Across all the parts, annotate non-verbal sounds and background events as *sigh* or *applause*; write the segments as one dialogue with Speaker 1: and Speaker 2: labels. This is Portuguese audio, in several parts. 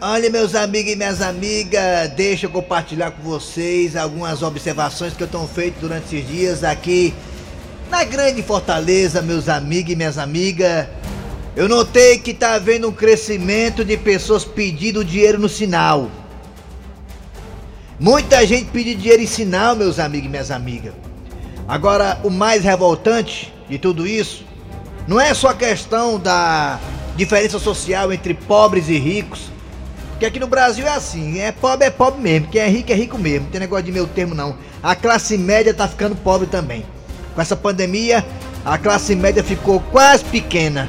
Speaker 1: Olha, meus amigos e minhas amigas, deixa eu compartilhar com vocês algumas observações que eu tenho feito durante esses dias aqui na grande Fortaleza, meus amigos e minhas amigas. Eu notei que tá havendo um crescimento de pessoas pedindo dinheiro no sinal. Muita gente pedindo dinheiro em sinal, meus amigos e minhas amigas. Agora, o mais revoltante de tudo isso não é só a questão da diferença social entre pobres e ricos, porque aqui no Brasil é assim, é pobre é pobre mesmo, quem é rico é rico mesmo, não tem negócio de meio termo não. A classe média tá ficando pobre também. Com essa pandemia, a classe média ficou quase pequena.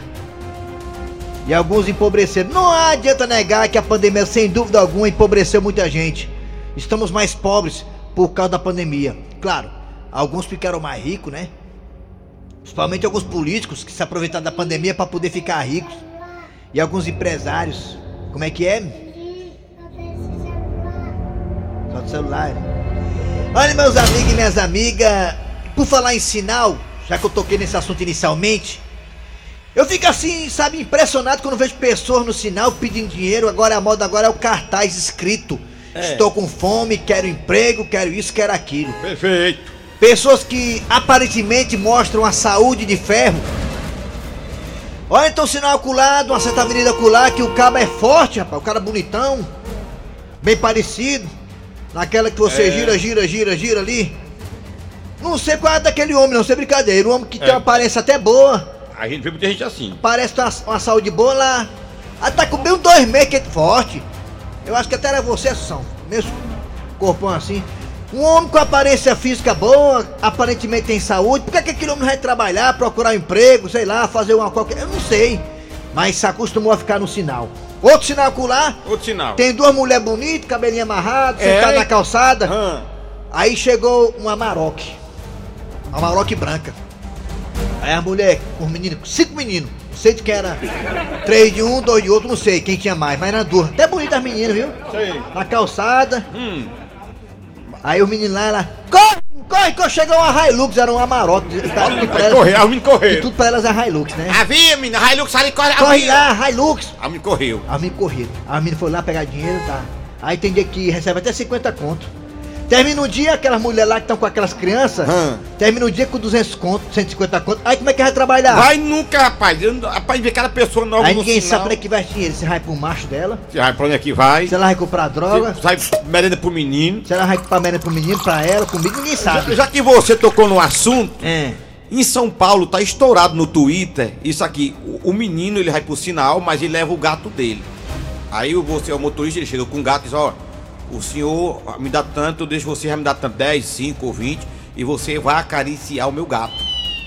Speaker 1: E alguns empobreceram. Não adianta negar que a pandemia, sem dúvida alguma, empobreceu muita gente. Estamos mais pobres por causa da pandemia. Claro, alguns ficaram mais ricos, né? Principalmente alguns políticos que se aproveitaram da pandemia para poder ficar ricos. E alguns empresários. Como é que é? Só do celular. Olha, meus amigos e minhas amigas, por falar em sinal, já que eu toquei nesse assunto inicialmente, eu fico assim, sabe, impressionado quando vejo pessoas no sinal pedindo dinheiro. Agora a moda agora é o cartaz escrito. Estou com fome, quero emprego, quero isso, quero aquilo.
Speaker 2: Perfeito.
Speaker 1: Pessoas que aparentemente mostram a saúde de ferro. Olha então o sinal acolado, uma certa avenida acolá, que o cabo é forte, rapaz. O cara é bonitão, bem parecido. Naquela que você
Speaker 2: É.
Speaker 1: gira, gira, gira, gira ali. Não sei qual é daquele homem, não sei brincadeira. Um homem que tem uma aparência até boa,
Speaker 2: A gente vê muita gente assim.
Speaker 1: parece ter uma, uma saúde boa lá. Ah, tá com bem um dois meses que é forte. Eu acho que até era você, São. Mesmo corpão assim. Um homem com aparência física boa, aparentemente tem saúde, por que, que aquele homem não vai trabalhar, procurar um emprego, sei lá, fazer uma qualquer. Eu não sei. Mas se acostumou a ficar no sinal. Outro sinal acular,
Speaker 2: Outro sinal.
Speaker 1: tem duas mulheres bonitas, cabelinho amarrado,
Speaker 2: É.
Speaker 1: sentado na calçada.
Speaker 2: Hã?
Speaker 1: Aí chegou uma Maroc. Uma Maroc branca. Aí a mulher, com os meninos, cinco meninos. Não sei de quem era. Três de um, dois de outro, não sei quem tinha mais, mas era duas. Até bonita as meninas, viu?
Speaker 2: Sei.
Speaker 1: Na calçada.
Speaker 2: Hum.
Speaker 1: Aí o menino lá, ela. Corre, corre, corre. Chegou uma Hilux, era uma Maroc. E tava tudo pra
Speaker 2: Vai
Speaker 1: elas-
Speaker 2: correr, Ah, a menina
Speaker 1: e
Speaker 2: correu.
Speaker 1: tudo pra elas é Hilux, né?
Speaker 2: A minha menina, a Hilux sai e corre. a
Speaker 1: Corre
Speaker 2: menina.
Speaker 1: lá, Hilux.
Speaker 2: A menina correu.
Speaker 1: A menina correu. A menina foi lá pegar dinheiro, tá? Aí tem dia que recebe até 50 conto. Termina o dia, aquelas mulheres lá que estão com aquelas crianças,
Speaker 2: Hã.
Speaker 1: termina o dia com 200 conto, 150 conto. Aí como é que vai trabalhar?
Speaker 2: Vai nunca, rapaz. Eu não- Rapaz, vê cada pessoa nova
Speaker 1: Aí
Speaker 2: no
Speaker 1: ninguém
Speaker 2: sinal.
Speaker 1: sabe pra que vai esse dinheiro. Se vai pro macho dela,
Speaker 2: Você vai pra onde é que vai.
Speaker 1: se ela vai comprar droga,
Speaker 2: Você Sai merenda pro menino.
Speaker 1: se ela vai comprar merda pro menino, pra ela, comigo, ninguém sabe.
Speaker 2: Já que você tocou no assunto,
Speaker 1: É.
Speaker 2: em São Paulo tá estourado no Twitter isso aqui. O, o menino ele vai pro sinal, mas ele leva o gato dele. Aí o- você é o motorista, ele chega com o gato e diz: Ó, o senhor me dá tanto, eu deixo você já me dar tanto, 10, 5 ou 20, e você vai acariciar o meu gato.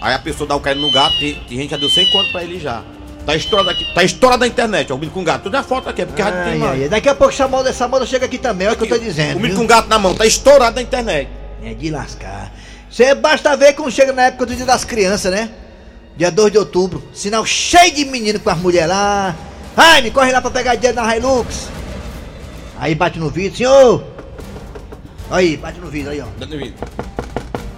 Speaker 2: Aí a pessoa dá o carinho no gato, tem, tem gente que já deu 100 conto pra ele já. Tá estourado aqui, tá estourado na internet, ó, o menino com gato. Tudo é foto aqui, é porque já tem
Speaker 1: Ai,
Speaker 2: mais.
Speaker 1: ai, ai. Daqui a pouco essa moda, essa moda chega aqui também, olha o que eu tô dizendo.
Speaker 2: O menino
Speaker 1: viu?
Speaker 2: com gato na mão, tá estourado na internet.
Speaker 1: É de lascar. Cê basta ver quando chega na época do dia das crianças, né? Dia 2 de outubro. Sinal cheio de menino com as mulheres lá. Ai, me corre lá pra pegar dinheiro na Hilux. Aí bate no vidro, senhor. Aí, bate no vidro aí, ó.
Speaker 2: Dando vídeo.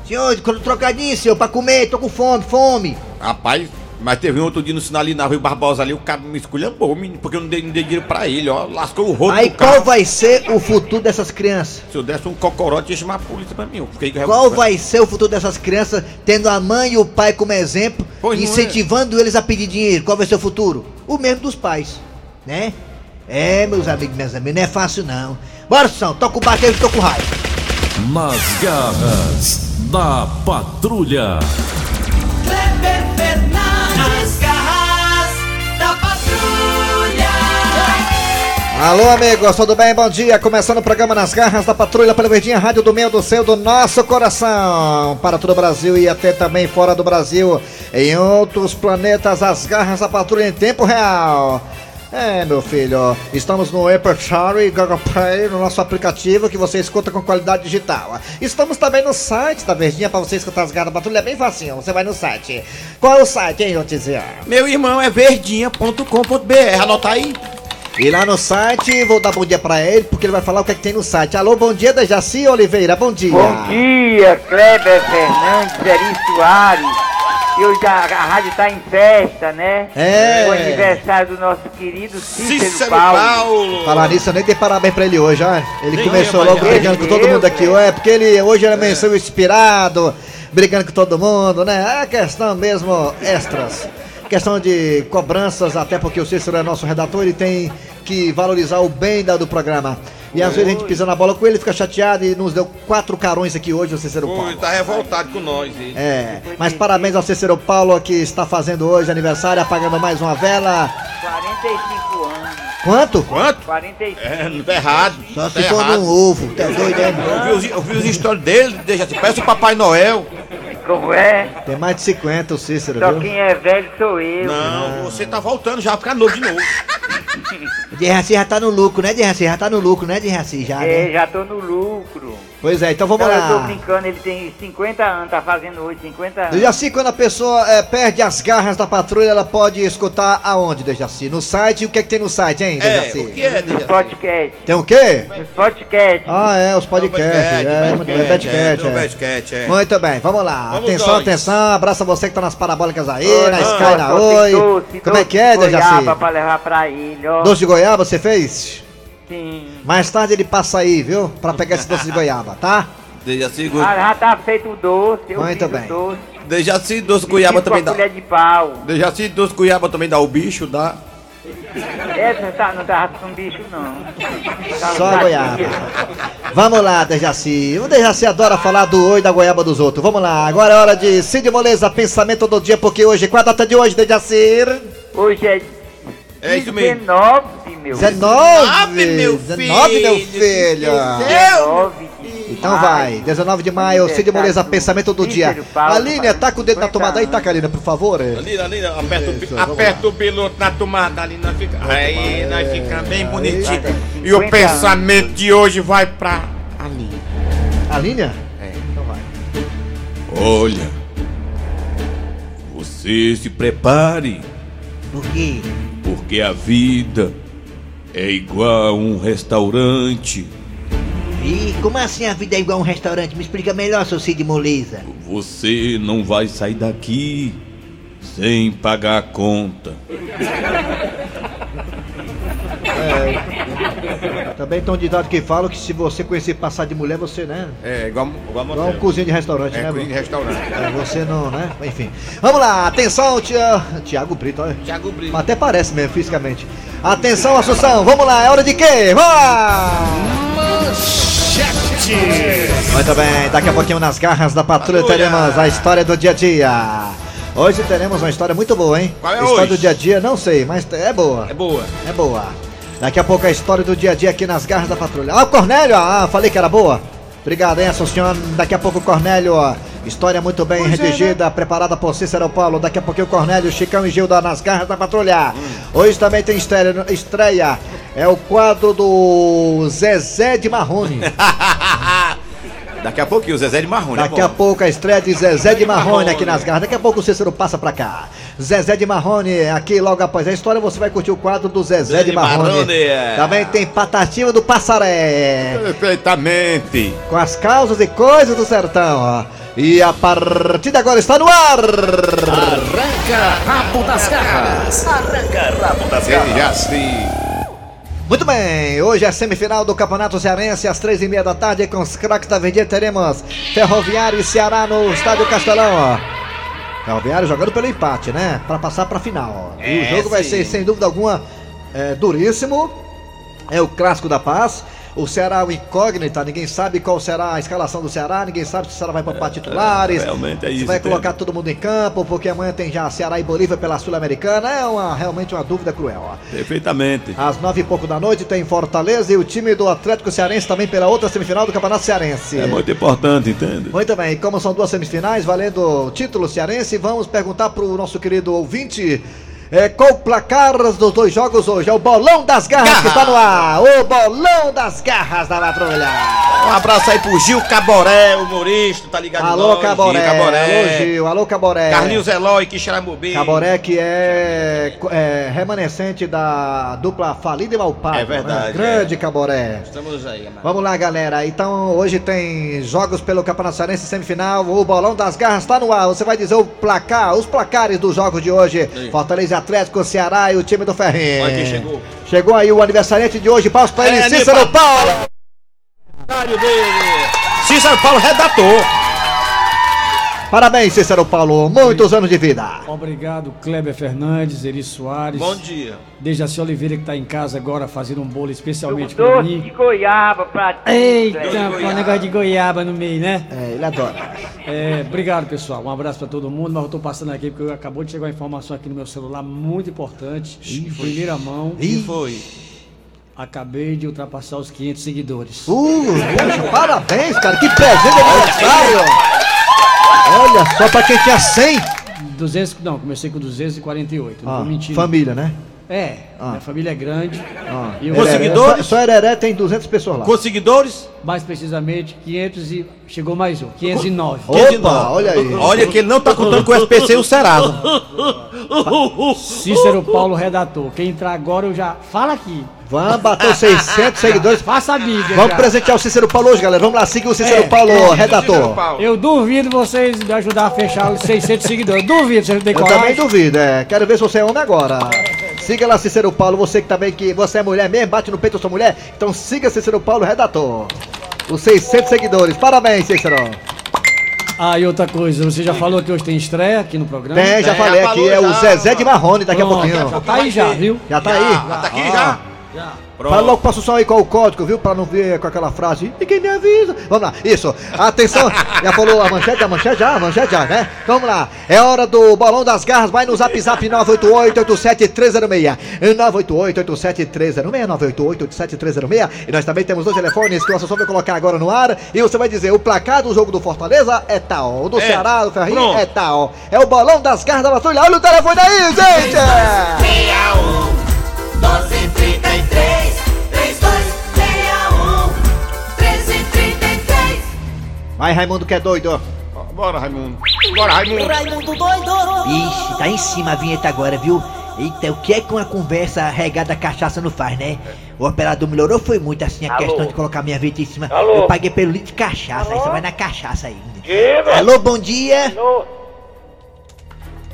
Speaker 1: Senhor, quando trocadinho, senhor, pra comer, tô com fome, fome.
Speaker 2: Rapaz, mas teve um outro dia no sinal ali na Rui Barbosa ali, o cara me esculhambou, menino, porque eu não dei, não dei dinheiro pra ele, ó. Lascou o rosto
Speaker 1: Aí
Speaker 2: do
Speaker 1: qual
Speaker 2: carro.
Speaker 1: vai ser o futuro dessas crianças?
Speaker 2: Se eu desse um cocorote, ia chamar a polícia pra mim. Eu fiquei
Speaker 1: Qual vai ser o futuro dessas crianças tendo a mãe e o pai como exemplo,
Speaker 2: Pois não é.
Speaker 1: incentivando eles a pedir dinheiro? Qual vai ser o futuro? O mesmo dos pais, né? É, meus amigos, minhas amigas, não é fácil não. Bora, São, toca o bateiro e toca o raio.
Speaker 3: Nas garras da patrulha.
Speaker 4: Kleber Fernandes, garras da patrulha.
Speaker 1: Alô, amigos, tudo bem? Bom dia. Começando o programa Nas Garras da Patrulha pela Verdinha, Rádio do Meio do Céu, do nosso coração. Para todo o Brasil e até também fora do Brasil, em outros planetas, as garras da patrulha em tempo real.
Speaker 5: É, meu filho, ó, estamos no Apple Share e Google Play, no nosso aplicativo que você escuta com qualidade digital. Estamos também no site da Verdinha para você escutar as garras da patrulha, é bem facinho, você vai no site. Qual é o site, hein, Notizia?
Speaker 2: Meu irmão é verdinha.com.br, anota aí.
Speaker 5: E lá no site, vou dar bom dia pra ele, porque ele vai falar o que, é que tem no site. Alô, bom dia, Dejaci Oliveira, bom dia.
Speaker 6: Bom dia, Kleber Fernandes, Eri Soares. E hoje a, a rádio está em festa, né?
Speaker 5: É.
Speaker 6: O aniversário do nosso querido Cícero,
Speaker 2: Cícero
Speaker 6: Paulo.
Speaker 2: Paulo.
Speaker 5: Falar nisso, eu nem dei parabéns pra ele hoje, ó. Ele
Speaker 2: Nem
Speaker 5: começou
Speaker 2: olha,
Speaker 5: logo
Speaker 2: mas-
Speaker 5: brigando com todo
Speaker 6: Meu
Speaker 5: mundo aqui,
Speaker 6: Deus.
Speaker 5: é, porque ele hoje ele amanheceu inspirado, brigando com todo mundo, né? É questão mesmo extras. Questão de cobranças, até porque o Cícero é nosso redator, ele tem que valorizar o bem da- do programa. E às vezes a gente pisa na bola com ele, fica chateado e nos deu quatro carões aqui hoje, o Cícero Paulo.
Speaker 2: Ui, tá revoltado com nós. hein?
Speaker 5: É, mas parabéns ao Cícero Paulo que está fazendo hoje aniversário, apagando mais uma vela.
Speaker 6: 45 anos.
Speaker 5: Quanto?
Speaker 2: Quanto?
Speaker 6: 45.
Speaker 2: É, não tá errado.
Speaker 5: Só
Speaker 2: Tá
Speaker 5: ficou
Speaker 2: errado.
Speaker 5: num ovo, tá doido, hein?
Speaker 2: Eu vi, os, eu vi os stories dele, deixa assim, parece o Papai Noel.
Speaker 6: Como é?
Speaker 5: Tem mais de 50 o Cícero,
Speaker 6: Só
Speaker 5: viu?
Speaker 6: quem é velho sou eu.
Speaker 2: Não, você tá voltando já, vai ficar novo de novo.
Speaker 5: De Raci já tá no lucro, né, De Raci? Já tá no lucro, né, De Raci? Já,
Speaker 6: É,
Speaker 5: né?
Speaker 6: já tô no lucro.
Speaker 5: Pois é, então vamos
Speaker 6: Não, eu tô
Speaker 5: lá.
Speaker 6: brincando, ele tem 50 anos, tá fazendo hoje 50 anos.
Speaker 5: Dejaci, quando a pessoa eh, perde as garras da patrulha, ela pode escutar aonde, Dejaci? No site? O que é que tem no site, hein,
Speaker 2: É,
Speaker 5: Dejaci?
Speaker 2: o que é, deixa assim?
Speaker 6: Podcast.
Speaker 5: Tem o quê?
Speaker 6: Os podcasts.
Speaker 5: Ah, é, os
Speaker 2: Não,
Speaker 5: podcasts. É, muito bem,
Speaker 2: basquete, é,
Speaker 5: podcast,
Speaker 2: não,
Speaker 5: é.
Speaker 2: basquete, é.
Speaker 5: Muito bem, vamos lá.
Speaker 2: Vamos
Speaker 5: atenção,
Speaker 2: nós.
Speaker 5: atenção. Abraça você que tá nas parabólicas aí,
Speaker 6: Oi,
Speaker 5: na
Speaker 6: não,
Speaker 5: Sky, na
Speaker 6: só
Speaker 5: Oi.
Speaker 6: tem doce,
Speaker 5: Como é
Speaker 6: doce
Speaker 5: que é,
Speaker 6: de
Speaker 5: Dejaci?
Speaker 6: goiaba pra levar pra ele, ó.
Speaker 5: Doce de goiaba você fez?
Speaker 6: Sim.
Speaker 5: Mais tarde ele passa aí, viu? Pra pegar esse doce de goiaba, tá?
Speaker 2: Dejaci, go-
Speaker 6: Ah, já tá feito o doce, eu
Speaker 5: Muito
Speaker 6: fiz
Speaker 5: bem.
Speaker 6: o doce.
Speaker 2: Dejaci assim, doce goiaba
Speaker 6: Fiz com
Speaker 2: também
Speaker 6: a
Speaker 2: dá.
Speaker 6: colher de pau.
Speaker 2: Dejaci doce goiaba também dá o bicho, dá.
Speaker 6: Essa não tá, não tava com bicho, não. Tá um Tava
Speaker 5: Só a
Speaker 6: sadia.
Speaker 5: goiaba. Vamos lá, Dejaci. O Dejaci adora falar do oi e da goiaba dos outros. Vamos lá, agora é hora de Cid Moleza, pensamento do dia, porque hoje, qual a data de hoje, Dejaci?
Speaker 6: Hoje é
Speaker 2: É isso mesmo.
Speaker 6: 19, meu.
Speaker 5: 19!
Speaker 2: 19, meu
Speaker 5: 19, meu
Speaker 2: filho.
Speaker 5: filho!
Speaker 2: Meu
Speaker 6: 19 de
Speaker 5: Então vai, 19 de maio, Cid Moleza, pensamento do dia. Aline, taca o dedo na tomada aí, taca, Aline, por favor.
Speaker 2: Lira, lira, aperta, o, pi- aperta o piloto na tomada ali, nós fica, aí nós fica bem bonitinho. E o
Speaker 6: 50
Speaker 2: pensamento de hoje vai pra ali.
Speaker 5: Aline?
Speaker 2: Olha, você se prepare,
Speaker 5: Por quê?
Speaker 2: porque a vida é igual um restaurante.
Speaker 5: Ih, como assim a vida é igual a um restaurante? Me explica melhor, seu Cid Moleza.
Speaker 2: Você não vai sair daqui sem pagar a conta.
Speaker 5: Também tem um ditado que fala que se você conhecer passar de mulher, você, né?
Speaker 2: É, igual, igual a
Speaker 5: Igual um cozinho de restaurante, né,
Speaker 2: cozinha de
Speaker 5: mano?
Speaker 2: restaurante.
Speaker 5: É, Você não, né? Enfim. Vamos lá, atenção, tia... Tiago Brito, olha.
Speaker 2: Tiago Brito.
Speaker 5: Até parece mesmo, fisicamente. Atenção, Assunção, vamos lá, é hora de quê? Vamos lá! Muito bem, daqui a pouquinho nas garras da patrulha
Speaker 2: Patrulha.
Speaker 5: teremos a história do dia a dia. Hoje teremos uma história muito boa, hein?
Speaker 2: Qual é
Speaker 5: história
Speaker 2: hoje?
Speaker 5: do dia a dia, não sei, mas é boa.
Speaker 2: É boa.
Speaker 5: É boa. Daqui a pouco a história do dia a dia aqui nas garras da patrulha. Ah, o Cornélio! Ah, falei que era boa. Obrigado, hein, Assuncion. Daqui a pouco o Cornélio, ó, história muito bem redigida, preparada por Cícero Paulo. Daqui a pouco o Cornélio, Chicão e Gilda nas garras da patrulha. Hoje também tem estreia, estreia. É o quadro do Zezé de Marrone.
Speaker 2: *laughs* Daqui a pouquinho, o Zezé de né, Marrone.
Speaker 5: Daqui a pouco a estreia de Zezé de Marrone aqui nas garras. Daqui a pouco o Cícero passa pra cá. Zezé de Marrone, aqui logo após a história, você vai curtir o quadro do Zezé
Speaker 2: Zezé
Speaker 5: de
Speaker 2: de Marrone.
Speaker 5: Marrone. é. Também tem Patativa do Passaré.
Speaker 2: Perfeitamente.
Speaker 5: Com as causas e coisas do sertão, ó. E a partir de agora está no ar.
Speaker 3: Rabo das garras.
Speaker 2: assim.
Speaker 5: Muito bem, hoje é a semifinal do Campeonato Cearense, às três e meia da tarde, com os craques da Verdinha teremos Ferroviário e Ceará no Estádio Castelão, ó. Ferroviário jogando pelo empate, né? Pra passar pra final, ó. e o
Speaker 2: É,
Speaker 5: jogo vai
Speaker 2: sim.
Speaker 5: ser, sem dúvida alguma, é, duríssimo. É o clássico da paz. O Ceará é o incógnita, ninguém sabe qual será a escalação do Ceará, ninguém sabe se o Ceará vai poupar titulares.
Speaker 2: É, realmente é
Speaker 5: se
Speaker 2: isso,
Speaker 5: vai
Speaker 2: entendo.
Speaker 5: colocar todo mundo em campo, porque amanhã tem já Ceará e Bolívia pela Sul-Americana. É uma, realmente uma dúvida cruel, ó.
Speaker 2: Perfeitamente.
Speaker 5: Às nove e pouco da noite tem Fortaleza e o time do Atlético Cearense também pela outra semifinal do Campeonato Cearense.
Speaker 2: É muito importante, entende?
Speaker 5: Muito bem, como são duas semifinais valendo o título cearense, vamos perguntar pro nosso querido ouvinte É, qual o placar dos dois jogos hoje? É o Bolão das Garras que está no ar. O Bolão das Garras da Patrulha.
Speaker 2: Um abraço aí pro Gil Caboré, humorista, tá ligado? em
Speaker 5: Alô,
Speaker 2: nós,
Speaker 5: Caboré.
Speaker 2: Gil Caboré.
Speaker 5: Alô, Gil. Alô, Caboré.
Speaker 2: Carlinhos Eloy, Quixeramobim.
Speaker 5: Caboré que é, é, remanescente da dupla falida e malpaga.
Speaker 2: É verdade,
Speaker 5: né? Grande Caboré.
Speaker 2: Estamos aí, Amado.
Speaker 5: Vamos lá, galera. Então, hoje tem jogos pelo Campeonato Cearense semifinal. O Bolão das Garras tá no ar. Você vai dizer o placar, os placares dos jogos de hoje.
Speaker 2: Sim.
Speaker 5: Fortaleza e Atlético, Ceará e o time do Ferrinho.
Speaker 2: Olha quem chegou.
Speaker 5: Chegou aí o aniversariante de hoje, Paulo Paine,
Speaker 2: É,
Speaker 5: Cícero
Speaker 2: Nipa-
Speaker 5: Paulo.
Speaker 2: Dário dele. Cícero Paulo, redator.
Speaker 5: Parabéns, Cícero Paulo. Muitos anos de vida.
Speaker 6: Obrigado, Kleber Fernandes, Eri Soares.
Speaker 2: Bom dia.
Speaker 6: Dejaci Oliveira, que está em casa agora fazendo um bolo especialmente para
Speaker 7: Doce de
Speaker 6: mim.
Speaker 7: goiaba pra ti. Zé.
Speaker 6: Eita, com um negócio de goiaba no meio, né?
Speaker 5: É, ele adora.
Speaker 6: É, obrigado, pessoal. Um abraço para todo mundo. Mas eu tô passando aqui porque acabou de chegar uma informação aqui no meu celular muito importante. Em primeira mão,
Speaker 2: Quem foi?
Speaker 6: acabei de ultrapassar os 500 seguidores.
Speaker 5: Uh, poxa, parabéns, cara. Que presente de aniversário. Olha só, pra quem tinha 100.
Speaker 6: 200, não, comecei com 248. Não
Speaker 5: Ah,
Speaker 6: vou mentir.
Speaker 5: família, né?
Speaker 6: É,
Speaker 5: Ah.
Speaker 6: minha família é grande.
Speaker 5: Ah,
Speaker 6: E eu-
Speaker 5: Hereré,
Speaker 2: Conseguidores?
Speaker 5: Só, só Hereré tem 200 pessoas lá.
Speaker 2: Com seguidores?
Speaker 5: é.
Speaker 6: Mais precisamente, 500 e. Chegou mais um, 509.
Speaker 5: Opa, olha aí.
Speaker 2: Olha que ele não tá contando com o SPC e o Serasa.
Speaker 6: Cícero Paulo, redator. Quem entrar agora, eu já. Fala aqui.
Speaker 5: Vamos bater os 600 seguidores.
Speaker 6: Faça a mídia.
Speaker 5: Vamos
Speaker 6: já.
Speaker 5: presentear o Cícero Paulo hoje, galera. Vamos lá, siga o Cícero
Speaker 6: É,
Speaker 5: Paulo,
Speaker 2: Cícero
Speaker 5: redator.
Speaker 2: Paulo.
Speaker 6: Eu duvido vocês me ajudar a fechar os 600 seguidores. Duvido, vocês não têm
Speaker 5: Eu
Speaker 6: coragem.
Speaker 5: também duvido, é. Quero ver se você é homem agora. Siga lá, Cícero Paulo. Você que também que você é mulher mesmo, bate no peito, eu sou mulher. Então siga Cícero Paulo, redator. Os 600 seguidores. Parabéns, Cícero.
Speaker 6: Ah, e outra coisa, você já falou que hoje tem estreia aqui no programa?
Speaker 5: Tem, já
Speaker 2: Tem,
Speaker 5: falei
Speaker 2: já
Speaker 5: aqui. É
Speaker 2: falou,
Speaker 5: o
Speaker 2: já.
Speaker 5: Zezé de Marrone daqui a
Speaker 6: Pronto,
Speaker 5: pouquinho.
Speaker 6: já tá aí já, viu?
Speaker 5: Já tá
Speaker 2: Já,
Speaker 5: aí?
Speaker 2: tá aqui
Speaker 5: Ah.
Speaker 2: já. Pronto.
Speaker 5: Fala logo pra Assunção aí qual o código, viu? Pra não ver com aquela frase, e quem me avisa? Vamos lá, isso. Atenção, *laughs* já falou a manchete, a manchete já, a manchete já, né? Vamos lá, é hora do Bolão das Garras, vai no zap zap 988-87306. 988-87306, 988-87306. E nós também temos dois telefones que o Assunção vai colocar agora no ar. E você vai dizer, o placar do jogo do Fortaleza é tal, o do
Speaker 2: É.
Speaker 5: Ceará, do Ferrinho
Speaker 2: Pronto.
Speaker 5: é tal. É o Bolão das Garras da Patrulha, olha o telefone aí, gente!
Speaker 8: 61 1233 3261 1333
Speaker 5: Vai, Raimundo, que é doido.
Speaker 2: Bora, Raimundo. Bora, Raimundo.
Speaker 8: Raimundo doido
Speaker 1: Ixi, tá em cima a vinheta agora, viu? Eita, o que é que uma conversa regada a cachaça não faz, né? O operador melhorou foi muito assim a
Speaker 7: É. Alô?
Speaker 1: questão de colocar minha vinheta em cima.
Speaker 7: Alô?
Speaker 1: Eu paguei pelo litro de cachaça, aí você vai na cachaça ainda.
Speaker 7: Diga.
Speaker 1: Alô, bom dia!
Speaker 7: Alô?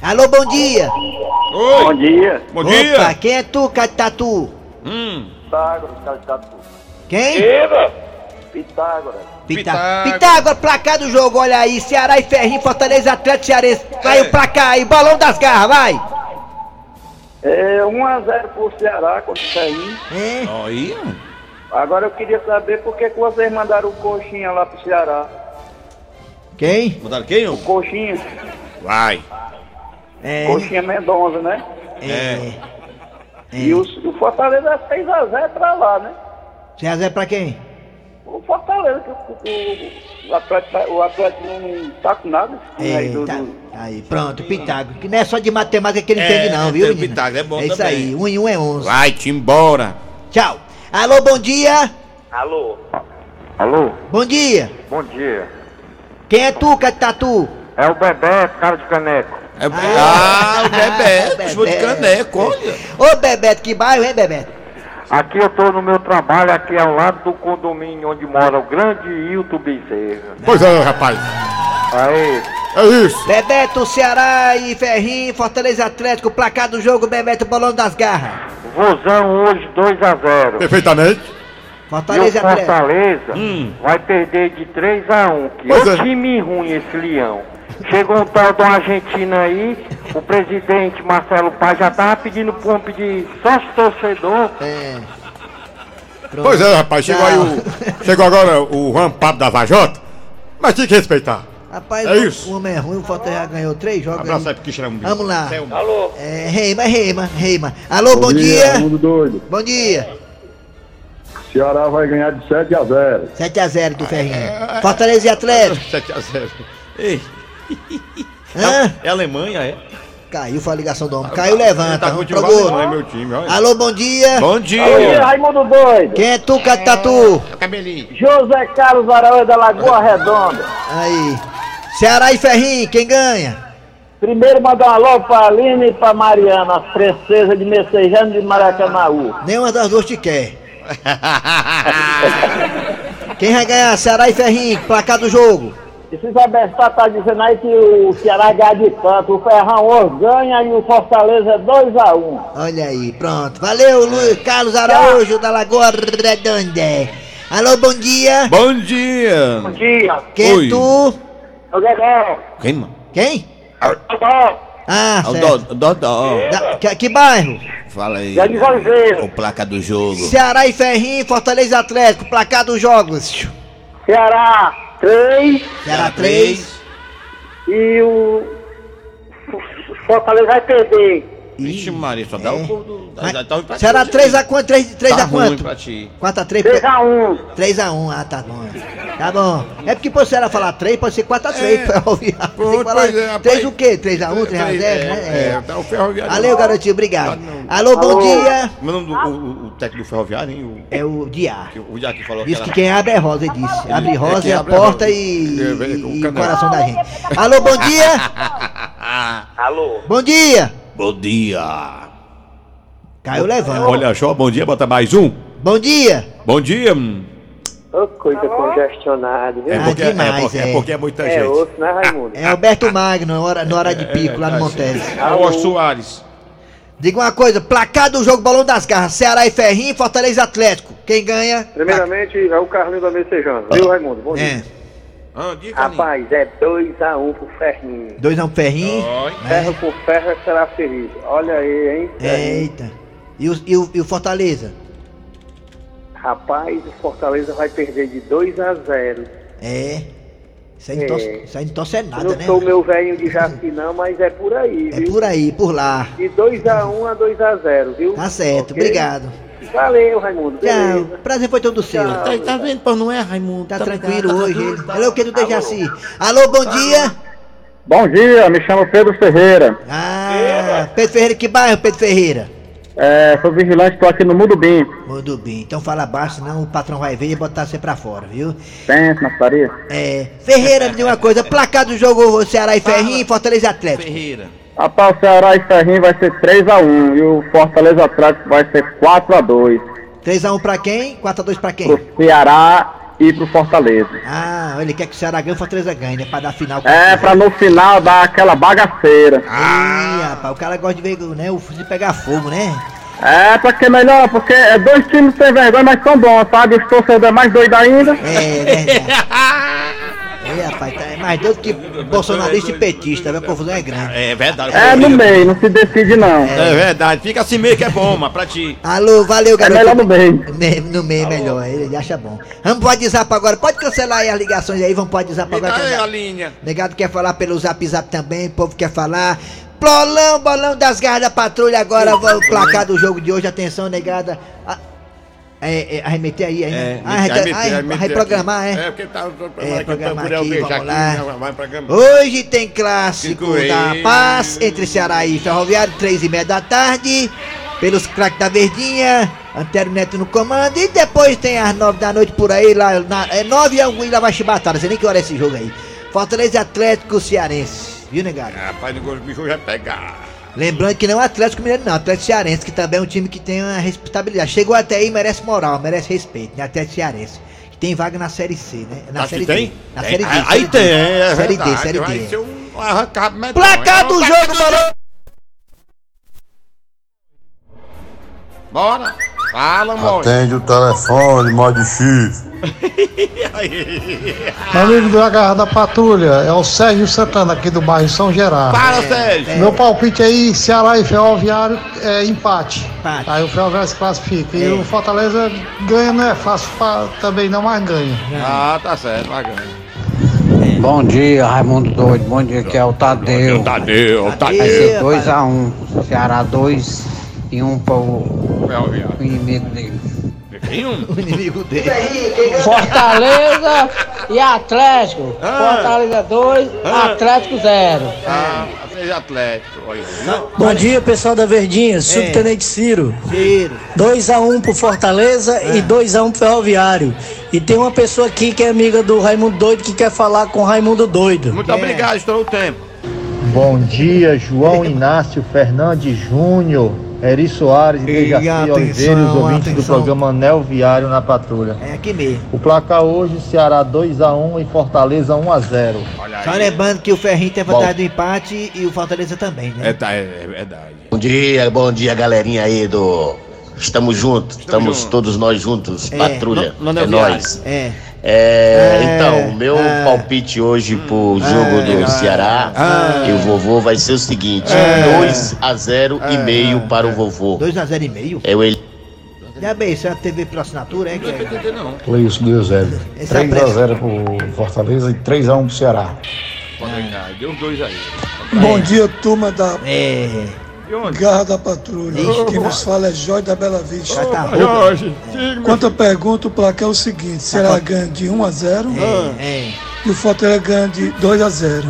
Speaker 1: Alô, bom dia!
Speaker 2: Oi.
Speaker 7: Bom dia.
Speaker 2: Bom
Speaker 1: Opa,
Speaker 2: dia.
Speaker 1: quem é tu, Catatu?
Speaker 2: Hum.
Speaker 1: Quem?
Speaker 7: Diga.
Speaker 1: Pitá-
Speaker 2: Pitágoras.
Speaker 1: Pitágoras, placar do jogo, olha aí. Ceará e Ferrinho, Fortaleza e Atlético Cearense.
Speaker 2: É.
Speaker 1: Vai o placar aí, bolão das garras, vai!
Speaker 9: É 1x0 pro Ceará quando sair.
Speaker 1: É,
Speaker 2: Aí.
Speaker 9: Agora eu queria saber por que, que vocês mandaram o Coxinha lá pro Ceará.
Speaker 1: quem?
Speaker 2: Mandaram quem? ô?
Speaker 9: Coxinha,
Speaker 2: Vai.
Speaker 1: É,
Speaker 9: Coxinha Mendonça, né?
Speaker 1: é.
Speaker 9: E o, o Fortaleza é 6x0 pra lá, né?
Speaker 1: Ceará é pra quem?
Speaker 9: O Fortaleza, que o, o, o Atlético, o Atlético não tá com nada. né,
Speaker 1: É,
Speaker 9: do-
Speaker 1: tá.
Speaker 9: do-
Speaker 1: Aí, pronto, Pitágoras. Que não é só de matemática que ele
Speaker 2: É,
Speaker 1: entende, não, viu?
Speaker 2: tem o
Speaker 1: menino?
Speaker 2: Pitágoras, é bom
Speaker 1: É isso
Speaker 2: também.
Speaker 1: aí, um em um é onze.
Speaker 2: Vai-te embora.
Speaker 1: Tchau. Alô, bom dia.
Speaker 7: Alô?
Speaker 4: Alô,
Speaker 1: Bom dia.
Speaker 4: bom dia.
Speaker 1: Quem é tu, Catatu?
Speaker 4: É o Bebeto, cara de caneco.
Speaker 2: É- ah, o Bebeto, chuva de
Speaker 1: Bebeto.
Speaker 2: caneco, olha.
Speaker 1: Ô, Bebeto, que bairro, hein, Bebeto?
Speaker 4: Aqui eu tô no meu trabalho, aqui ao lado do condomínio onde mora o grande Hilton Bezerra.
Speaker 10: Pois é, rapaz.
Speaker 4: Aí,
Speaker 10: É isso.
Speaker 1: Bebeto, Ceará e Ferrinho, Fortaleza e Atlético, placar do jogo, Bebeto, bolão das garras.
Speaker 4: Vozão hoje 2 a 0
Speaker 10: Perfeitamente.
Speaker 4: E o
Speaker 1: Fortaleza e Atlético.
Speaker 4: Fortaleza vai perder de 3 a 1 que
Speaker 10: Pois
Speaker 4: é
Speaker 10: é.
Speaker 4: um time ruim esse leão. Chegou um tal de uma Argentina aí, o presidente Marcelo Paz já tava pedindo pra um pedir sócio torcedor.
Speaker 1: É. Pronto.
Speaker 11: Pois é, rapaz, chegou aí
Speaker 1: Tchau.
Speaker 11: o. Chegou agora o rampado da Vajota, mas tem que respeitar.
Speaker 1: Rapaz,
Speaker 11: É isso.
Speaker 1: o homem é ruim, o Fortaleza já ganhou três jogos.
Speaker 11: Abraço
Speaker 1: aí.
Speaker 2: é
Speaker 11: aí pro Quixerambi.
Speaker 1: Vamos lá.
Speaker 7: Alô?
Speaker 1: É, reima, reima, reima. Alô, bom,
Speaker 12: É.
Speaker 5: é?
Speaker 1: dia.
Speaker 4: mundo doido.
Speaker 1: Bom dia.
Speaker 4: Ceará vai ganhar de 7 a 0
Speaker 1: 7x0 do Ferrinho. Fortaleza e Atlético.
Speaker 2: 7 a 0. Ei,
Speaker 1: Hã?
Speaker 2: é Alemanha, é?
Speaker 1: Caiu, foi a ligação do homem. Caiu, levanta.
Speaker 13: Tá
Speaker 1: Vamos
Speaker 13: cultivado
Speaker 1: pro gol.
Speaker 13: demais, meu time, olha.
Speaker 1: Alô, bom dia.
Speaker 2: Bom dia.
Speaker 4: Bom dia, Raimundo Doido.
Speaker 1: Quem é tu, Catatu?
Speaker 2: Cabelinho.
Speaker 4: José Carlos Araújo é da Lagoa Redonda.
Speaker 1: Aí. Ceará e Ferrinho, quem ganha?
Speaker 4: Primeiro mandar um alô pra Aline e pra Mariana, as princesas de Messejano de Maracanãú.
Speaker 1: Nenhuma das duas te quer. Quem vai ganhar? Ceará e Ferrinho, placar do jogo.
Speaker 4: E se Zabestar tá dizendo aí que o Ceará ganha de tanto, o Ferrão hoje ganha e o Fortaleza é 2x1.
Speaker 1: Olha aí, pronto. Valeu, Luiz Carlos Araújo da Lagoa Redonda. Alô, bom dia.
Speaker 2: Bom dia. Bom
Speaker 4: dia.
Speaker 1: Quem é
Speaker 2: Oi.
Speaker 1: tu?
Speaker 4: É o Dedé.
Speaker 2: Quem, mano?
Speaker 1: Quem? Ah,
Speaker 2: É o Dodó.
Speaker 1: certo.
Speaker 2: Dodó.
Speaker 1: Da- que, que bairro?
Speaker 2: Fala aí.
Speaker 4: É de Juazeiro.
Speaker 2: O placa do jogo.
Speaker 1: Ceará e Ferrinho, Fortaleza e Atlético, placar dos jogos.
Speaker 4: Ceará 3
Speaker 1: Ceará 3.
Speaker 4: e o Fortaleza vai perder.
Speaker 2: Vixe, Maria, só dá o gol do. dá- dá- dá um empate
Speaker 1: É. Será
Speaker 2: hoje,
Speaker 1: 3
Speaker 2: hein?
Speaker 1: a quanto? 3, 3
Speaker 2: Tá
Speaker 1: a
Speaker 2: ruim
Speaker 1: quanto?
Speaker 2: pra ti.
Speaker 1: 4 a 3?
Speaker 4: 3x1.
Speaker 1: 3 a 1, ah, tá bom. Tá bom. É porque pô, se ela falar 3, pode ser 4 a 3
Speaker 2: É.
Speaker 1: *laughs* pra ouvir.
Speaker 2: Pô, pois é, rapaz.
Speaker 1: 3 o quê? 3 a 1, 3 a 0,
Speaker 2: Três,
Speaker 1: né?
Speaker 2: É,
Speaker 1: É.
Speaker 2: é, tá o ferroviário.
Speaker 1: Valeu, garotinho, obrigado.
Speaker 2: Não.
Speaker 1: Alô, bom
Speaker 4: Alô.
Speaker 1: dia.
Speaker 2: Meu nome do o, o- o técnico do ferroviário, hein?
Speaker 1: É o Diá.
Speaker 2: O, o Jack falou
Speaker 1: Diz que
Speaker 2: aquela-
Speaker 1: quem abre é rosa, ele disse. Abre
Speaker 2: É,
Speaker 1: rosa
Speaker 2: quem
Speaker 1: é a
Speaker 2: abre é rosa.
Speaker 1: porta e,
Speaker 2: É, velho,
Speaker 1: e
Speaker 2: o
Speaker 1: o
Speaker 2: canal.
Speaker 1: coração da gente. Alô, bom dia.
Speaker 4: Alô?
Speaker 1: Bom dia.
Speaker 2: Bom dia.
Speaker 1: Caiu levando.
Speaker 2: Olha só, bom dia, bota mais um.
Speaker 1: Bom dia.
Speaker 2: Bom dia. hum.
Speaker 4: Ô, coisa congestionada, viu?
Speaker 2: É
Speaker 1: Ah,
Speaker 2: porque é,
Speaker 1: demais,
Speaker 2: porque-
Speaker 1: é.
Speaker 2: é porque é muita
Speaker 4: É,
Speaker 2: gente.
Speaker 4: osso, né, Raimundo?
Speaker 1: É Alberto Magno, hora, na
Speaker 2: É,
Speaker 1: hora de pico,
Speaker 2: tá
Speaker 1: lá no Montes.
Speaker 2: Alô, Soares.
Speaker 1: Diga uma coisa, placar do jogo Balão das Garras, Ceará e Ferrinho, Fortaleza e Atlético. Quem ganha?
Speaker 5: Primeiramente, é o Carlinho da Messejana, viu, Raimundo? Bom dia.
Speaker 1: É,
Speaker 2: Ah, diga,
Speaker 4: Rapaz, é 2x1 pro Ferrinho.
Speaker 1: 2 a 1 um Ferrinho.
Speaker 2: Oi.
Speaker 4: Ferro por ferro será ferido. Olha aí, hein?
Speaker 5: É.
Speaker 1: Eita. E o, e o- e o Fortaleza?
Speaker 4: Rapaz, o Fortaleza vai perder de 2x0.
Speaker 1: É. Isso aí não torce, isso aí não torce é nada,
Speaker 4: Não
Speaker 1: né?
Speaker 4: sou meu velhinho de Jaci, não, mas é por aí,
Speaker 1: É
Speaker 4: viu?
Speaker 1: por aí, por lá.
Speaker 4: De 2x1 a 2x0, viu?
Speaker 1: Tá certo,
Speaker 4: Ok?
Speaker 1: obrigado.
Speaker 4: Valeu, Raimundo.
Speaker 1: Tchau.
Speaker 4: Beleza.
Speaker 1: Prazer foi todo seu. Tá,
Speaker 2: Tá vendo, pô, não é, Raimundo?
Speaker 5: Tá
Speaker 1: tranquilo hoje. ele. Alô, o que é do Dejaci? Alô, bom dia.
Speaker 5: Bom dia, me chamo Pedro Ferreira.
Speaker 1: Ah, Pedro Ferreira, que bairro, Pedro Ferreira?
Speaker 5: É, sou vigilante, estou aqui no Mundo Bim.
Speaker 1: Muito bem, então fala baixo, senão o patrão vai ver e botar você pra fora, viu?
Speaker 5: Pensa na faria.
Speaker 1: É, Ferreira, me diga uma coisa, placar do jogo Ceará e Ferrinho, Fortaleza e Atlético.
Speaker 2: Ferreira.
Speaker 5: Rapaz, o Ceará e Ferrinho vai ser 3x1 e o Fortaleza Atlético vai ser 4x2
Speaker 1: 3x1 pra quem? 4x2 pra quem?
Speaker 5: pro Ceará e pro Fortaleza.
Speaker 1: Ah, ele quer que o Ceará ganhe, o Fortaleza ganhe, né? Pra dar final.
Speaker 5: É, pra no final dar aquela bagaceira.
Speaker 1: Ih, rapaz, o cara gosta de ver, né, o de pegar fogo, né?
Speaker 5: É, pra que melhor, porque é dois times sem vergonha, mas são bons, sabe? Os torcedores é mais doido ainda.
Speaker 1: É, *laughs* verdade. É, rapaz, tá, é mais doido que bolsonarista e petista, viu? A confusão é grande.
Speaker 2: É verdade.
Speaker 5: É no meio, não se decide não.
Speaker 2: É verdade. Fica assim meio que é bom, mas pra ti.
Speaker 1: Alô, valeu,
Speaker 5: É
Speaker 1: garoto.
Speaker 5: melhor no meio.
Speaker 1: Me- No meio é melhor, ele acha bom. Vamos pro WhatsApp agora, pode cancelar aí as ligações aí, vamos pro WhatsApp
Speaker 2: Me
Speaker 1: *laughs* agora.
Speaker 2: dá
Speaker 1: que eu
Speaker 2: aí
Speaker 1: já-
Speaker 2: a linha.
Speaker 1: Negado quer falar pelo zap zap também, o povo quer falar. Bolão, bolão das garras da patrulha agora, vou- o placar do jogo de hoje, atenção, negada. Ah, É, é, arremeter aí, aí, né? Ah,
Speaker 2: me-
Speaker 1: arreta-
Speaker 2: me-
Speaker 1: ah,
Speaker 2: me-
Speaker 1: arre- reprogramar,
Speaker 2: É,
Speaker 1: é?
Speaker 2: porque tá.
Speaker 1: É,
Speaker 2: É,
Speaker 1: programar
Speaker 2: procurar o
Speaker 1: aqui,
Speaker 2: beijo
Speaker 1: vamos
Speaker 2: aqui.
Speaker 1: lá.
Speaker 2: Vai programar.
Speaker 1: Hoje tem clássico
Speaker 2: Fico
Speaker 1: da
Speaker 2: eu.
Speaker 1: paz entre Ceará e Ferroviário, três e meia da tarde, pelos craques da Verdinha, Antero Neto no comando, e depois tem às nove da noite por aí, lá, na, é nove e algum, e lá vai chibatada, sei nem que hora é esse jogo aí. Fortaleza e Atlético Cearense, viu, negado?
Speaker 2: Rapaz, o bicho vai pegar.
Speaker 1: Lembrando que não é Atlético Mineiro, não. Atlético Cearense, que também é um time que tem uma respeitabilidade. Chegou até aí, merece moral, merece respeito, né? Atlético Cearense. Que tem vaga na Série C, né? Na
Speaker 2: Acho
Speaker 1: Série
Speaker 2: que Tá, tem?
Speaker 1: D. Na Série D.
Speaker 2: Aí
Speaker 1: série
Speaker 2: aí
Speaker 1: D.
Speaker 2: tem, é
Speaker 1: Série D,
Speaker 2: verdade,
Speaker 1: Série
Speaker 2: Vai
Speaker 1: D.
Speaker 2: ser um arrancado medonho.
Speaker 1: Placar do jogo, Balão!
Speaker 2: Bora. Fala, moço.
Speaker 14: Atende o telefone, modo X.
Speaker 2: *laughs*
Speaker 15: Amigo do Agarra da Patrulha, é o Sérgio Santana aqui do bairro São Gerardo.
Speaker 2: Fala,
Speaker 1: É.
Speaker 2: Sérgio.
Speaker 15: Meu palpite aí, Ceará e Ferroviário é empate.
Speaker 1: Empate.
Speaker 15: Aí o Ferroviário se classifica. E
Speaker 1: É.
Speaker 15: o Fortaleza ganha, não é fácil fa- também não, mas ganha.
Speaker 2: Ah, tá certo, vai ganhar.
Speaker 16: Bom dia, Raimundo Doido. Bom dia, que é o Tadeu.
Speaker 2: Tadeu,
Speaker 5: Tá
Speaker 16: Vai ser
Speaker 1: Ih,
Speaker 16: 2x1. Ceará 2 e 1 um para o
Speaker 2: Ferroviário.
Speaker 16: inimigo dele.
Speaker 2: Tem um?
Speaker 1: O inimigo dele.
Speaker 10: Fortaleza
Speaker 5: Ah.
Speaker 10: e Atlético. Fortaleza 2, Atlético 0.
Speaker 2: Ah, Fortaleza e Atlético. Olha,
Speaker 17: Bom dia, pessoal da Verdinha, É, subtenente Ciro.
Speaker 5: Ciro. É.
Speaker 17: 2x1 pro Fortaleza e 2x1 pro Ferroviário. E tem uma pessoa aqui que é amiga do Raimundo Doido que quer falar com o Raimundo Doido.
Speaker 2: Muito obrigado, estou o tempo.
Speaker 18: Bom dia, João Inácio Fernandes Júnior, Eri Soares,
Speaker 5: E
Speaker 18: Dejaci
Speaker 5: atenção,
Speaker 18: Oliveira, os ouvintes do
Speaker 5: atenção.
Speaker 18: programa Nel Viário na Patrulha.
Speaker 5: É aqui mesmo.
Speaker 18: O placar hoje, Ceará 2x1 e Fortaleza 1x0.
Speaker 5: Só lembrando que o Ferrinho tem vantagem do empate e o Fortaleza também, né?
Speaker 2: tá, é, é verdade.
Speaker 8: Bom dia, bom dia, galerinha aí do. Estamos juntos, estamos, todos nós juntos.
Speaker 5: É.
Speaker 8: Patrulha,
Speaker 5: Não- não
Speaker 8: é
Speaker 5: é viagem.
Speaker 8: nós.
Speaker 5: É.
Speaker 8: É,
Speaker 5: É,
Speaker 8: então, o meu palpite hoje
Speaker 2: Hum.
Speaker 8: pro jogo
Speaker 2: É,
Speaker 8: do Ceará
Speaker 2: Ah.
Speaker 8: e o vovô vai ser o seguinte:
Speaker 2: É.
Speaker 8: 2 a 0 e meio para o vovô.
Speaker 5: 2x0 e meio.
Speaker 8: É o Eli.
Speaker 5: Já bem, isso é a TV por assinatura, é? Não é PTT não.
Speaker 19: Cleilson 2x0.
Speaker 5: Esse é a
Speaker 19: 3x0 pro Fortaleza e 3x1 pro Ceará.
Speaker 2: Obrigado. Deu dois aí.
Speaker 9: Bom dia, turma da
Speaker 5: É.
Speaker 9: Garra da Patrulha.
Speaker 2: Ixi,
Speaker 9: Quem
Speaker 2: tá.
Speaker 9: nos fala é Jorge da Bela Vista.
Speaker 2: Ô, tá
Speaker 5: né?
Speaker 2: Jorge,
Speaker 9: É. Quanto à pergunta, o placar é o seguinte: será ganha de 1 a 0
Speaker 5: É.
Speaker 9: e o Fortaleza ganha de 2 a 0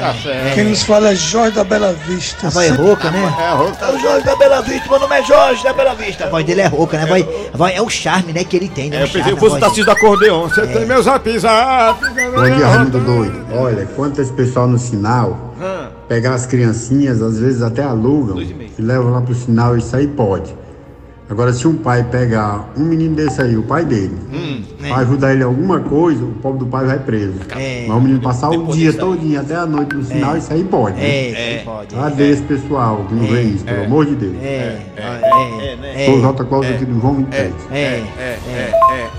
Speaker 2: Tá certo.
Speaker 9: Quem nos fala é Jorge da Bela Vista.
Speaker 5: A voz é rouca, né?
Speaker 2: É rouca.
Speaker 5: o Jorge da Bela Vista, meu nome é Jorge da Bela Vista. A voz dele é rouca, né? A voz, a voz- é o charme, né, que ele tem, né?
Speaker 2: É, eu pensei que fosse o Tarcísio do acordeon. Você tem meus apisados.
Speaker 10: Bom dia, Raimundo Doido. Olha, quanto esse pessoal no sinal
Speaker 5: Ah.
Speaker 10: pegar as criancinhas, às vezes até alugam e, levam lá pro sinal, isso aí pode. Agora, se um pai pegar um menino desse aí, o pai dele,
Speaker 5: Hum, né?
Speaker 10: pra ajudar ele em alguma coisa, o pobre do pai vai preso.
Speaker 5: é-
Speaker 10: Mas o menino passar o dia todinho, até a noite no sinal, isso aí pode.
Speaker 5: É,
Speaker 10: né?
Speaker 5: isso aí pode.
Speaker 10: Cadê esse pessoal que não vê isso, pelo amor de Deus?
Speaker 5: É, é, é, é.
Speaker 10: Sou o Jota Cláudio aqui do João 27.
Speaker 5: É,
Speaker 2: né? é,
Speaker 5: é,
Speaker 2: é,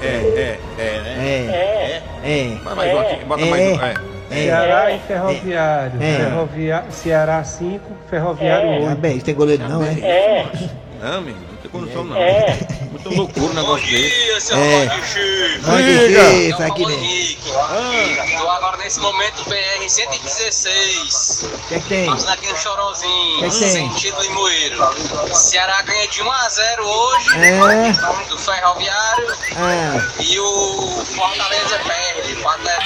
Speaker 2: é, é,
Speaker 5: né? É, é.
Speaker 2: Vai mais um aqui, bota mais um, é.
Speaker 20: Ceará e Ferroviário.
Speaker 5: É.
Speaker 20: Ferrovia- Ceará 5, Ferroviário 8.
Speaker 5: Ah, bem, isso tem goleiro não, né?
Speaker 20: É.
Speaker 2: Não, amigo, não tem condição não.
Speaker 20: É.
Speaker 2: Muito loucura o negócio dele.
Speaker 5: É. Vai isso aqui mesmo.
Speaker 2: Ah.
Speaker 21: Agora nesse momento BR 116.
Speaker 5: O que é que tem?
Speaker 21: Passando aqui no Chorãozinho.
Speaker 5: Que que tem?
Speaker 21: Sentido Limoeiro. Ceará ganha de 1 a 0 hoje.
Speaker 5: É.
Speaker 21: Do Ferroviário.
Speaker 5: É.
Speaker 21: E o Fortaleza perde. Fortaleza.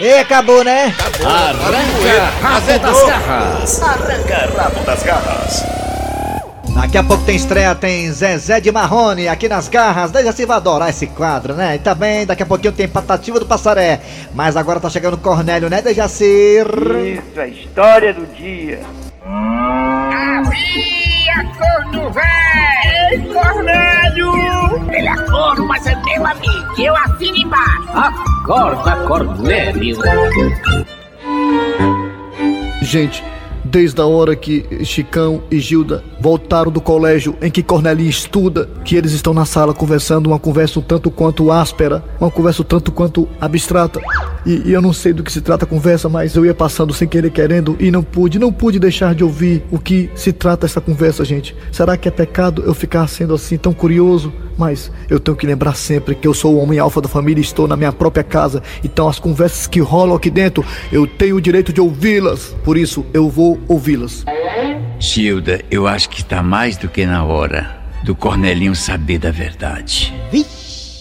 Speaker 5: Ei, acabou, né?
Speaker 21: Arranca
Speaker 5: rabo das garras.
Speaker 21: Arranca rabo das garras.
Speaker 5: Daqui a pouco tem estreia, tem Zezé de Marrone aqui nas garras. Deja se vai adorar esse quadro, né? E também daqui a pouquinho tem Patativa do Passaré. Mas agora tá chegando o Cornélio, né, Dejacir?
Speaker 6: Isso, é a história do dia.
Speaker 22: Havia corno velho! Ei, Cornélio! Ele é corno, mas é meu amigo, eu assino embaixo.
Speaker 23: Acorda, Cornélio.
Speaker 12: Gente, desde a hora que Chicão e Gilda voltaram do colégio em que Cornelinha estuda, que eles estão na sala conversando, uma conversa um tanto quanto áspera, uma conversa um tanto quanto abstrata. E, e eu não sei do que se trata a conversa, mas eu ia passando sem querer querendo e não pude, não pude deixar de ouvir o que se trata essa conversa, gente. Será que é pecado eu ficar sendo assim tão curioso? Mas eu tenho que lembrar sempre que eu sou o homem alfa da família e estou na minha própria casa. Então as conversas que rolam aqui dentro, eu tenho o direito de ouvi-las. Por isso, eu vou ouvi-las.
Speaker 24: Gilda, eu acho que está mais do que na hora do Cornelinho saber da verdade.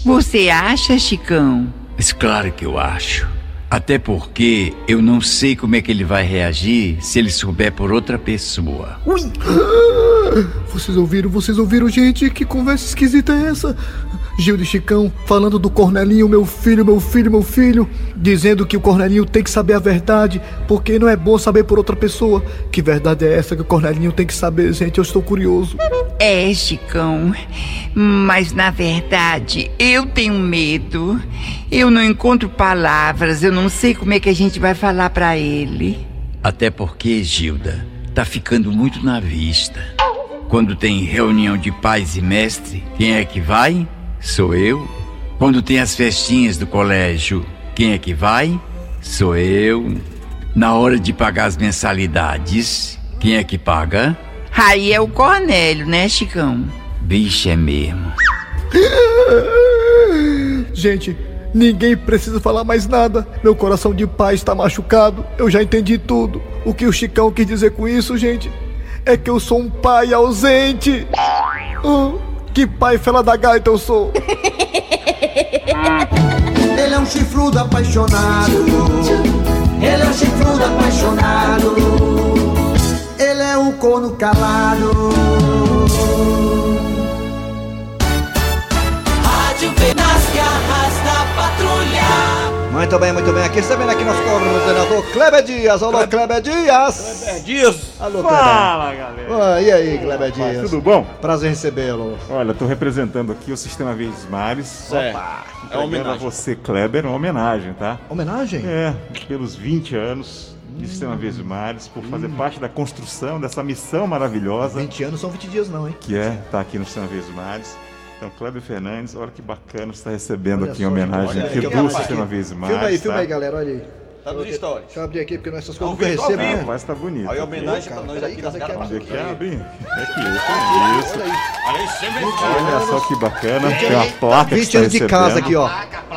Speaker 7: Você acha, Chicão?
Speaker 24: Mas claro que eu acho. Até porque eu não sei como é que ele vai reagir se ele souber por outra pessoa.
Speaker 12: Ui! Vocês ouviram, vocês ouviram, gente? Que conversa esquisita é essa? Gil de Chicão falando do Cornelinho, meu filho, meu filho, meu filho, dizendo que o Cornelinho tem que saber a verdade, porque não é bom saber por outra pessoa. Que verdade é essa que o Cornelinho tem que saber, gente? Eu estou curioso.
Speaker 7: É, Chicão. Mas na verdade, eu tenho medo. Eu não encontro palavras. Eu não sei como é que a gente vai falar pra ele.
Speaker 24: Até porque, Gilda, tá ficando muito na vista. Quando tem reunião de pais e mestre, quem é que vai? Sou eu. Quando tem as festinhas do colégio, quem é que vai? Sou eu. Na hora de pagar as mensalidades, quem é que paga?
Speaker 7: Aí é o Cornélio, né, Chicão?
Speaker 24: Bicho é mesmo.
Speaker 12: Gente, ninguém precisa falar mais nada. Meu coração de pai está machucado. Eu já entendi tudo. O que o Chicão quis dizer com isso, gente, é que eu sou um pai ausente. Ah, que pai fela da gaita eu sou.
Speaker 22: Ele é um chifrudo apaixonado. Ele é um chifrudo apaixonado.
Speaker 25: corno calado.
Speaker 3: Rádio Venas que arrasta a patrulha.
Speaker 5: Muito bem, muito bem. Aqui está vendo aqui nosso coordenador Kleber Dias. Alô, Kleber Dias. Kleber
Speaker 2: Dias.
Speaker 5: Alô, Kleber.
Speaker 26: Fala, galera.
Speaker 5: Ah, e aí, Kleber Dias?
Speaker 26: Tudo bom?
Speaker 5: Prazer em recebê-lo.
Speaker 26: Olha, estou representando aqui o Sistema Verdes Mares.
Speaker 5: Certo.
Speaker 26: É uma homenagem. a você, Kleber, uma homenagem, tá?
Speaker 5: Homenagem?
Speaker 26: É, pelos 20 anos do Sistema Verdes Mares, por fazer
Speaker 5: Hum.
Speaker 26: parte da construção dessa missão maravilhosa,
Speaker 5: 20 anos são 20 dias não, hein?
Speaker 26: que é estar aqui no Sistema Verdes Mares. Então, Kleber Fernandes, olha que bacana você está recebendo
Speaker 5: Olha
Speaker 26: aqui em
Speaker 5: só,
Speaker 26: homenagem
Speaker 5: olha
Speaker 26: aqui
Speaker 5: aí,
Speaker 26: do
Speaker 5: rapaz.
Speaker 26: Sistema Verdes Mares.
Speaker 5: Filma aí, filma
Speaker 26: tá?
Speaker 5: aí, galera, olha aí.
Speaker 2: Tá nos stories.
Speaker 5: Deixa eu abrir aqui, porque nós essas coisas
Speaker 2: Ao
Speaker 5: que eu
Speaker 2: vivo, ao
Speaker 5: recebo...
Speaker 2: vivo.
Speaker 5: né?
Speaker 26: Mas tá bonito.
Speaker 2: Aí, homenagem
Speaker 5: Ô,
Speaker 2: pra
Speaker 5: cara,
Speaker 2: nós
Speaker 5: peraí,
Speaker 2: aqui das
Speaker 5: cadê que
Speaker 2: gatas.
Speaker 5: abre?
Speaker 26: Aqui abre. É que isso,
Speaker 5: Olha
Speaker 26: é
Speaker 5: aí.
Speaker 26: isso.
Speaker 2: Olha isso, hein, velho?
Speaker 26: Olha só que bacana. né? Tem uma
Speaker 5: 20
Speaker 26: placa que está
Speaker 5: anos de casa
Speaker 26: recebendo.
Speaker 5: aqui, ó.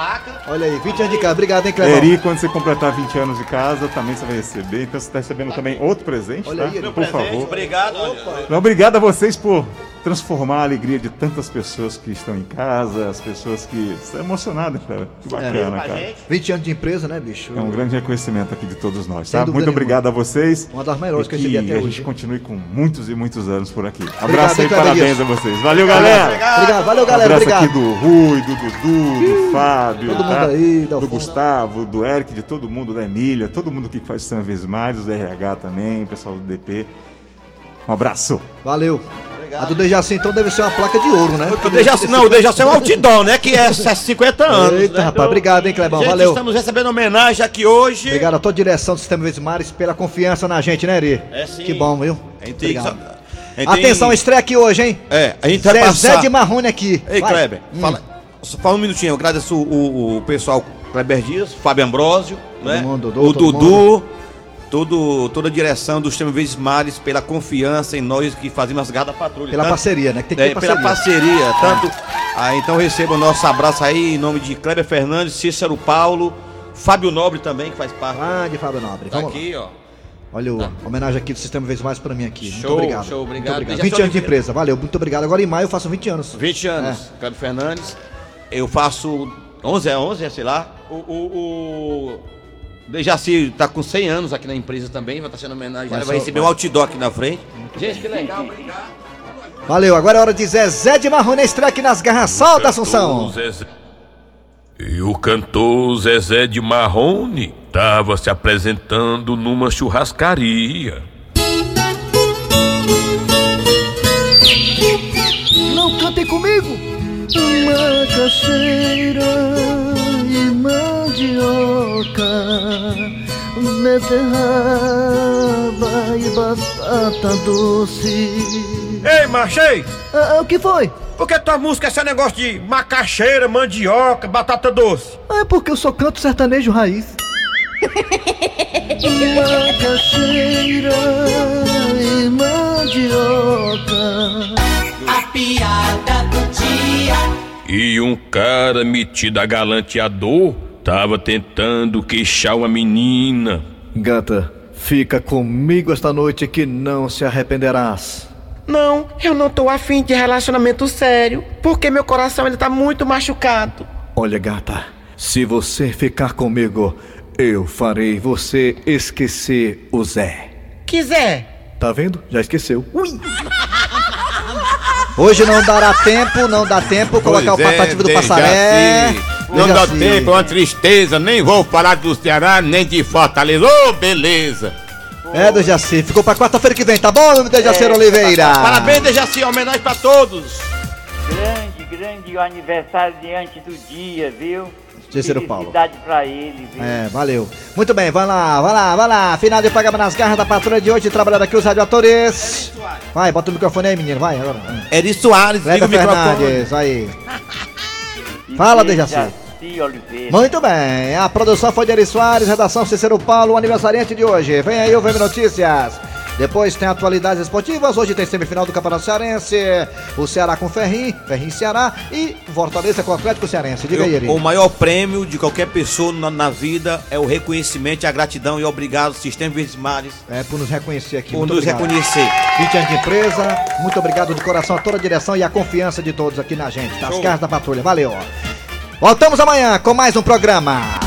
Speaker 5: Olha aí, 20 anos de casa. Obrigado, hein, Clebão.
Speaker 26: Eri, quando você completar 20 anos de casa, também você vai receber. Então você está recebendo também outro presente,
Speaker 5: Olha
Speaker 26: tá?
Speaker 5: aí, Eri.
Speaker 26: por favor.
Speaker 2: Obrigado.
Speaker 26: Não, Obrigado a vocês por transformar a alegria de tantas pessoas que estão em casa, as pessoas que estão emocionadas, cara.
Speaker 5: É,
Speaker 26: Que bacana, cara.
Speaker 5: 20 anos de empresa, né, bicho?
Speaker 26: É um grande reconhecimento aqui de todos nós,
Speaker 5: Sem
Speaker 26: tá?
Speaker 5: dúvida
Speaker 26: Muito
Speaker 5: nenhuma.
Speaker 26: obrigado a vocês.
Speaker 5: Uma das melhores
Speaker 26: E
Speaker 5: que eu recebi até
Speaker 26: a
Speaker 5: hoje,
Speaker 26: gente
Speaker 5: hein?
Speaker 26: continue com muitos e muitos anos por aqui. Abraço
Speaker 5: Obrigado,
Speaker 26: e
Speaker 5: hein, Kleber
Speaker 26: parabéns a
Speaker 5: Dias.
Speaker 26: vocês. Valeu, galera!
Speaker 5: Obrigado, valeu, Então, galera.
Speaker 26: Um abraço
Speaker 5: Obrigado.
Speaker 26: aqui do Rui, do Dudu, do Fábio,
Speaker 5: todo
Speaker 26: tá?
Speaker 5: mundo aí, da
Speaker 26: do Gustavo, do Eric, de todo mundo, da Emília, todo mundo que faz São Vez Mais, do RH também, o pessoal do DP. Um abraço.
Speaker 5: Valeu. A do Dejaci, então, deve ser uma placa de ouro, né?
Speaker 2: O Dejaci, não, o Dejaci é um outdoor, né?
Speaker 5: *laughs*
Speaker 2: Que é 50 anos.
Speaker 5: Eita, rapaz. Obrigado, hein, Clebão.
Speaker 2: Gente,
Speaker 5: Valeu.
Speaker 2: estamos recebendo homenagem aqui hoje.
Speaker 5: Obrigado a toda a direção do Sistema Verdes Mares pela confiança na gente, né, Eri?
Speaker 2: É, sim.
Speaker 5: Que bom, viu?
Speaker 2: A gente tem que
Speaker 5: Obrigado.
Speaker 2: sa- a gente tem-
Speaker 5: Atenção, estreia aqui hoje, hein?
Speaker 2: É, a gente vai
Speaker 5: Zezé
Speaker 2: passar-
Speaker 5: de Marrone aqui.
Speaker 2: Ei,
Speaker 5: Vai.
Speaker 2: Kleber,
Speaker 5: Hum.
Speaker 2: fala, só fala um minutinho. Eu agradeço o, o pessoal Kleber Dias, Fábio Ambrosio, né?
Speaker 5: mundo, Dudu,
Speaker 2: o
Speaker 5: todo
Speaker 2: Dudu, todo, toda a direção do Sistema Verdes Mares pela confiança em nós que fazemos as gardas patrulha.
Speaker 5: Pela parceria, né? Que tem que
Speaker 2: é,
Speaker 5: ter
Speaker 2: pela parceria, tanto. Ah, então receba o nosso abraço aí em nome de Kleber Fernandes, Cícero Paulo, Fábio Nobre também, que faz parte.
Speaker 5: Ah, de Fábio Nobre.
Speaker 2: Tá
Speaker 5: Vamos lá.
Speaker 2: aqui, ó.
Speaker 5: Olha o homenagem aqui do Sistema Verdes Mares pra mim aqui.
Speaker 2: Tá. Show,
Speaker 5: muito obrigado.
Speaker 2: show, obrigado.
Speaker 5: Muito
Speaker 2: Dejaci
Speaker 5: 20 anos de
Speaker 2: Oliveira.
Speaker 5: empresa, valeu. Muito obrigado. Agora em maio eu faço 20 anos.
Speaker 2: 20 anos,
Speaker 5: É.
Speaker 2: Cláudio Fernandes. Eu faço 11, é 11, é, sei lá. O, o, o Dejaci tá com 100 anos aqui na empresa também, vai estar sendo homenageado.
Speaker 5: Mas
Speaker 2: vai
Speaker 5: só-
Speaker 2: receber um
Speaker 5: mas-
Speaker 2: outdoor aqui na frente. Gente, que legal.
Speaker 5: Valeu, agora é hora de Zezé de Marrone estreia aqui nas garras. Solta, Assunção!
Speaker 1: Zezé. E o cantor Zezé de Marrone estava se apresentando numa churrascaria.
Speaker 4: Não cantem comigo! Macaxeira e mandioca, beterraba e batata doce. Ei, Marchei! o que foi? Por que tua música é esse negócio de macaxeira, mandioca, batata doce? Ah, É porque eu sou canto sertanejo *laughs* raiz. Macaxeira e mandioca.
Speaker 3: A piada do dia.
Speaker 1: E um cara metido a galanteador tava tentando queixar uma menina.
Speaker 12: Gata, fica comigo esta noite que não se arrependerás.
Speaker 27: Não, eu não tô afim de relacionamento sério, porque meu coração ele tá muito machucado.
Speaker 12: Olha, gata, se você ficar comigo, eu farei você esquecer o Zé.
Speaker 27: Quiser.
Speaker 12: Tá vendo? Já esqueceu.
Speaker 5: Hoje não dará tempo, não dá tempo colocar o
Speaker 1: Pois é,
Speaker 5: patativo do
Speaker 1: Dejaci.
Speaker 5: passaré.
Speaker 1: Não dá
Speaker 5: Dejaci.
Speaker 1: tempo, é uma tristeza. Nem vou falar do Ceará, nem de Fortaleza. Ô, beleza!
Speaker 5: É, Dejaci, ficou pra quarta-feira que vem, tá bom, meu
Speaker 1: É,
Speaker 5: Dejaci Oliveira?
Speaker 1: tá
Speaker 2: Parabéns, Dejaci, homenagem pra todos.
Speaker 6: Grande, grande aniversário diante do dia, viu?
Speaker 5: Cícero Paulo.
Speaker 6: Felicidade pra ele, viu?
Speaker 5: É, valeu. Muito bem, vai lá, vai lá, vai lá. Final de programa nas garras da patrulha de hoje, trabalhando aqui os radioatores. Vai, bota o microfone aí, menino, vai agora.
Speaker 2: Eri Soares, liga
Speaker 5: Leva
Speaker 2: o microfone.
Speaker 5: Fernandes, aí. Fala, Dejaci.
Speaker 6: Dejaci Oliveira.
Speaker 5: Muito bem, a produção foi de Eri Soares, redação Cícero Paulo, o aniversariante de hoje. Vem aí o VM Notícias. Depois tem atualidades esportivas, hoje tem semifinal do Campeonato Cearense, o Ceará com Ferrim, Ferrim Ceará e Fortaleza com o Atlético Cearense. Diga aí, Eri.
Speaker 2: O maior prêmio de qualquer pessoa na, na vida é o reconhecimento, a gratidão e obrigado, Sistema Verdes Mares.
Speaker 5: É, por nos reconhecer aqui.
Speaker 2: Por
Speaker 5: muito
Speaker 2: nos
Speaker 5: obrigado.
Speaker 2: reconhecer.
Speaker 5: 20 anos de empresa, muito obrigado de coração a toda a direção e a confiança de todos aqui na gente, das
Speaker 2: Show.
Speaker 5: Casas da Patrulha. Valeu. Voltamos amanhã com mais um programa.